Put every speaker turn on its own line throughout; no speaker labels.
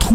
突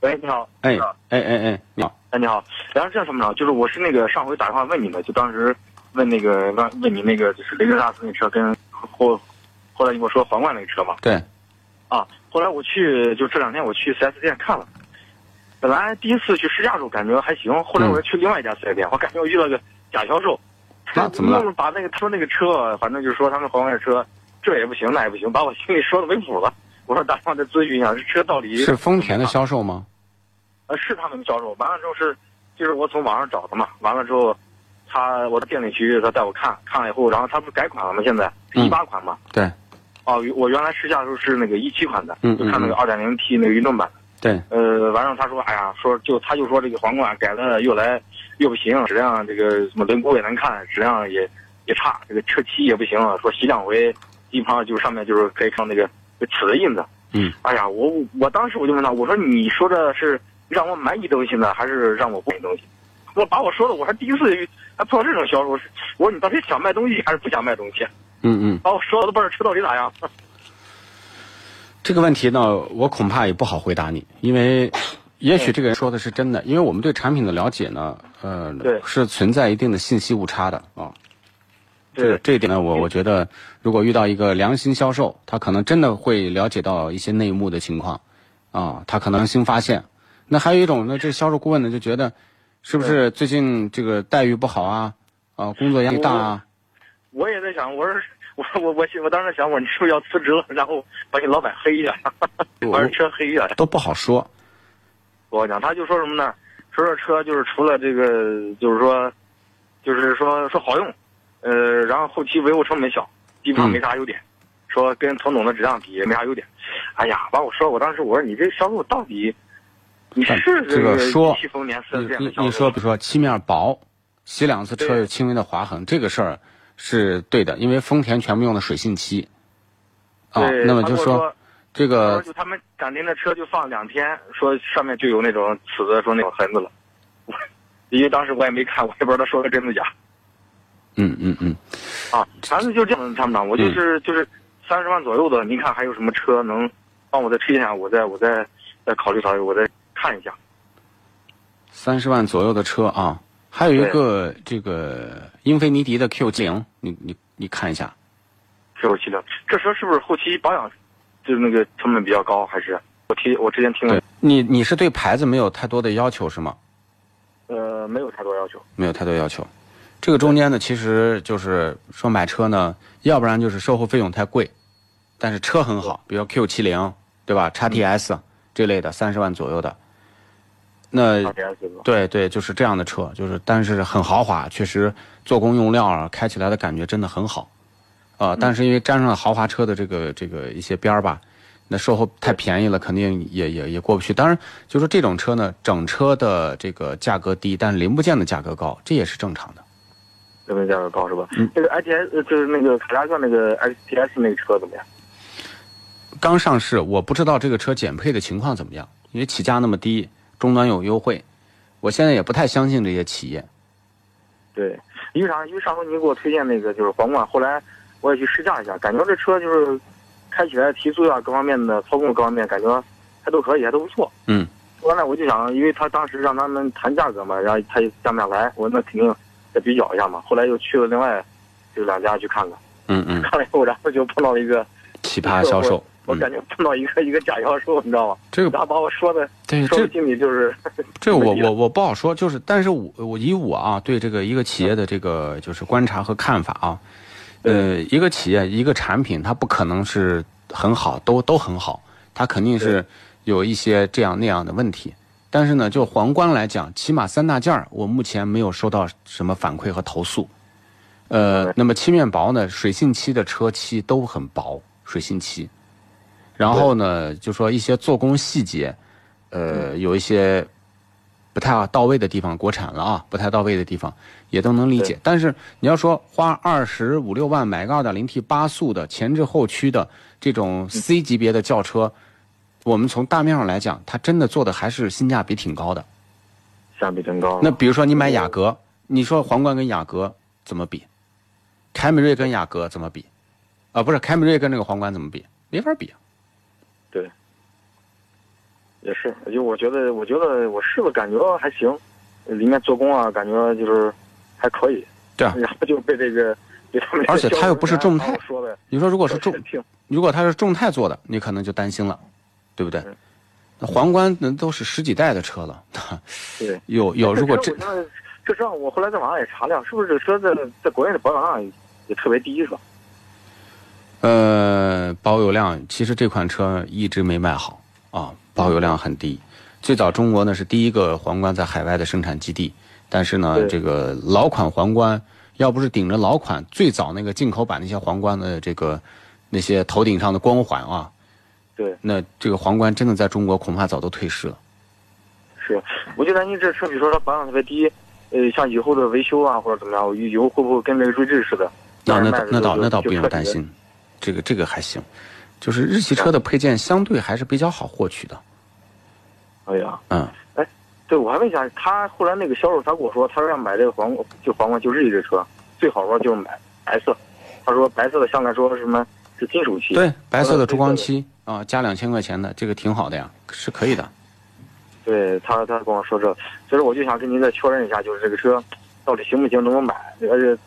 喂，你好，
哎
你好，
哎哎哎，你好，
哎，你好，然后是这样，参谋长，就是我是那个上回打电话问你的，就当时问那个问问你那个就是雷克萨斯那车跟后，后来你跟我说皇冠那个车嘛，
对，
啊，后来我去就这两天我去4 S 店看了，本来第一次去试驾的时候感觉还行，后来我
嗯
又去另外一家4 S 店，我感觉我遇到个假销售，
那啊怎么了
愣 是把那个他说那个车，反正就是说他们皇冠的车这也不行那也不行，把我心里说的没谱了。我说打电话再咨询一下，这车到底
是丰田的销售吗？
呃，是他们销售。完了之后是，就是我从网上找的嘛。完了之后，他我到店里去，他带我看看了以后，然后他不是改款了吗？现在是
嗯
一八款嘛。
对
哦，我原来试驾的时候是那个一七款的，
嗯
就看那
嗯
个二点零 T 那个运动版。
对，
呃，完了他说，哎呀，说就他就说这个皇冠改了又来又不行，质量这个什么轮毂也难看，质量也也差，这个车漆也不行，说洗两回，基本上就是上面就是可以看那个齿的印子。
嗯，
哎呀，我我当时我就问他，我说你说的是让我满意东西呢，还是让我不满意东西？我把我说的，我还第一次还碰到这种销售，我说你到底想卖东西还是不想卖东西？
嗯嗯，
把我说的都不知道车到底咋样。
这个问题呢，我恐怕也不好回答你，因为也许这个人说的是真的，因为我们对产品的了解呢，呃，
对
是存在一定的信息误差的啊。这这一点呢，我我觉得，如果遇到一个良心销售，他可能真的会了解到一些内幕的情况，啊，他可能新发现。那还有一种呢，这销售顾问呢就觉得，是不是最近这个待遇不好啊，啊，工作压力大啊？
我也在想，我说我我我我当时想，我你是不是要辞职了，然后把你老板黑一下， 把
我
人车黑一下。
都不好说。
我讲，他就说什么呢？说这车就是除了这个，就是说，就是说说好用，呃，然后后期维护成本小，基
嗯
本上没啥优点。说跟同等的质量比也没啥优点。哎呀，把我说，我当时我说你这销售到底，你是
呃这个说
七丰年四 S
你
店的
你
销售
你说，比如说漆面薄，洗两次车
对
有轻微的划痕，这个事儿是对的，因为丰田全部用的水性漆，啊，
对，
那么
他
就
跟我
说呃
说
这
他说
个
就他们敢拎着车就放两天，说上面就有那种刺的，说那种痕子了。 我因为当时我也没看，我也不知道他说的真的假
嗯嗯嗯，
啊。反正就这样，参谋长，我就是、就是三十万左右的，您看还有什么车能帮我再推荐一下？我再我再再考虑考虑，我再看一下。
三十万左右的车啊，还有一
对
个这个英菲尼迪的 Q 零，你你你看一下，
Q 七零，这车是不是后期保养就是那个成本比较高？还是我听我之前听了
对，你你是对牌子没有太多的要求是吗？
呃没有太多要求。
没有太多要求。这个中间呢，其实就是说买车呢，要不然就是售后费用太贵，但是车很好，比如 Q 7 0对吧？x TS 这类的，三十万左右的。那
大概是吧？
对对，就是这样的车，就是但是很豪华，确实做工用料啊，开起来的感觉真的很好，啊、但是因为沾上了豪华车的这个这个一些边儿吧，那售后太便宜了，肯定也也也过不去。当然，就说这种车呢，整车的这个价格低，但零部件的价格高，这也是正常的。
成本价格高是吧？嗯、这个 i t s 就是那个凯迪拉克那个 x t s 那个车怎么样？
刚上市，我不知道这个车减配的情况怎么样，因为起价那么低，终端有优惠，我现在也不太相信这些企业。
对，因为啥？因为上回您给我推荐那个就是皇冠，后来我也去试驾一下，感觉这车就是开起来提速啊，各方面的操控各方面感觉还都可以，还都不错。
嗯。
后来我就想，因为他当时让他们谈价格嘛，然后他也降不下来，我那肯定得比较一下嘛。后来又去了另外就两家去看看，
嗯嗯，
看了以后，然后就碰到了一个
奇葩销售，嗯
我感觉碰到一个一个假妖兽，你知道吗？
这
然
个
后把我说的
对嗯
说
这
的心里就是，
这我
问题了
我我不好说，就是但是我我以我啊对这个一个企业的这个就是观察和看法啊，呃，一个企业一个产品它不可能是很好，都都很好，它肯定是有一些这样那样的问题。但是呢，就皇冠来讲，起码三大件儿我目前没有收到什么反馈和投诉。呃，那么漆面薄呢，水性漆的车漆都很薄，水性漆。然后呢，就说一些做工细节，呃，有一些不太到位的地方，国产了啊，不太到位的地方也都能理解。但是你要说花二十五六万买个二点零 T 八速的前置后驱的这种 C 级别的轿车，我们从大面上来讲，它真的做的还是性价比挺高的。
相比增高。
那比如说你买雅阁，你说皇冠跟雅阁怎么比？凯美瑞跟雅阁怎么比？啊、不是凯美瑞跟这个皇冠怎么比？没法比啊。
对，也是，就我觉得，我觉得我试了，感觉还行，里面做工啊，感觉就是还可以。
对啊
然后就被这个被他们这个
而且他又不是众泰
销售人员说的，
你说如果是众，
挺
如果它是众泰做的，你可能就担心了，对不对
嗯？
那皇冠那都是十几代的车了，
对。
有有如果
这
这
车我现在这车我后来在网上也查了，是不是这车在在国内的保有量也也特别低，是吧？
呃保有量，其实这款车一直没卖好啊，保有量很低。最早中国呢是第一个皇冠在海外的生产基地，但是呢
对
这个老款皇冠，要不是顶着老款最早那个进口版那些皇冠的这个那些头顶上的光环啊，
对，
那这个皇冠真的在中国恐怕早都退市了。
是，我就担心这车，比如说它保有量特别低，呃，像以后的维修啊或者怎么样，以后会不会跟那个锐志似的？
那
让人
那倒
卖的时
那
候
倒
就
那倒
就
不用
彻底
担
的
心，这个这个还行，就是日系车的配件相对还是比较好获取的，
哎呀，
嗯，
对，我还问一下，他后来那个销售他跟我说，他说要买这个皇冠，就皇冠就日系这车，最好玩就是买白色。他说白色的相对来说什么是金属漆，
对，白色的珠光
对
漆啊，加两千块钱的，这个挺好的呀，是可以的。
对他他跟我说这，所以说我就想跟您再确认一下，就是这个车到底行不行，能不能买？而且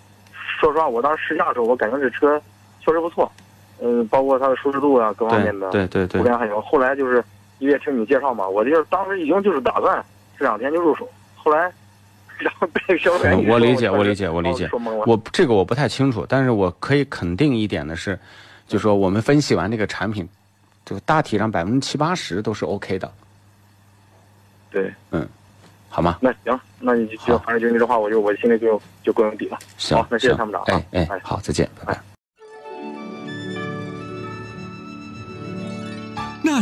说实话，我当时试驾的时候，我感觉这车确实不错，嗯、包括它的舒适度啊，各方面的，
对对对
我
对
感觉还行。后来就是因为听你介绍嘛，我就是当时已经就是打算这两天就入手，后来 然后被销售员一
嗯我理解
说哦
我理解我理解
说懵了，
我这个我不太清楚，但是我可以肯定一点的是，就说我们分析完这个产品，就大体上百分之七八十都是 OK 的，
对，
好吗？
那行，那你就就
好
反正就你这话，我就我心里就就够有底了。
行
好，那谢谢参谋长啊
行哎哎
哎，
好，再见，拜拜。
那